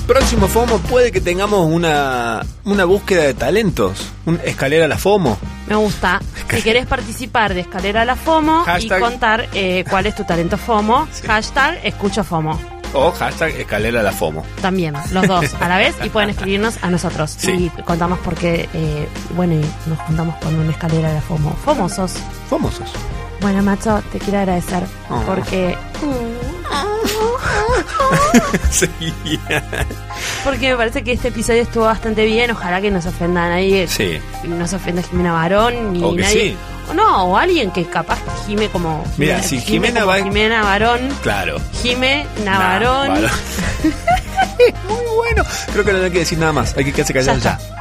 Speaker 2: Próximo FOMO puede que tengamos una, una búsqueda de talentos. Un escalera a la FOMO.
Speaker 1: Me gusta. Si querés participar de Escalera a la FOMO
Speaker 2: Hashtag-
Speaker 1: y contar eh, cuál es tu talento FOMO, hashtag escucho FOMO.
Speaker 2: O hashtag escalera a la FOMO.
Speaker 1: También, los dos a la vez y pueden escribirnos a nosotros.
Speaker 2: Sí.
Speaker 1: Y contamos por qué, eh, bueno, y nos juntamos con una escalera de FOMO. FOMOSOS.
Speaker 2: Famosos.
Speaker 1: Bueno, Macho, te quiero agradecer
Speaker 2: Oh.
Speaker 1: porque, porque me parece que este episodio estuvo bastante bien. Ojalá que nos ofenda a nadie.
Speaker 2: Sí.
Speaker 1: No se ofenda a Jimena Barón ni
Speaker 2: O que
Speaker 1: nadie.
Speaker 2: sí.
Speaker 1: O no, o alguien que capaz gime como.
Speaker 2: Mira, si
Speaker 1: gime
Speaker 2: Jimena
Speaker 1: como
Speaker 2: va-
Speaker 1: Jimena Barón.
Speaker 2: Claro.
Speaker 1: Jime
Speaker 2: Nah,
Speaker 1: Navarón.
Speaker 2: varón. Muy bueno. Creo que no hay que decir nada más. Hay que quedarse callados
Speaker 1: Ya
Speaker 2: ya.
Speaker 1: está.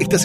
Speaker 3: Estás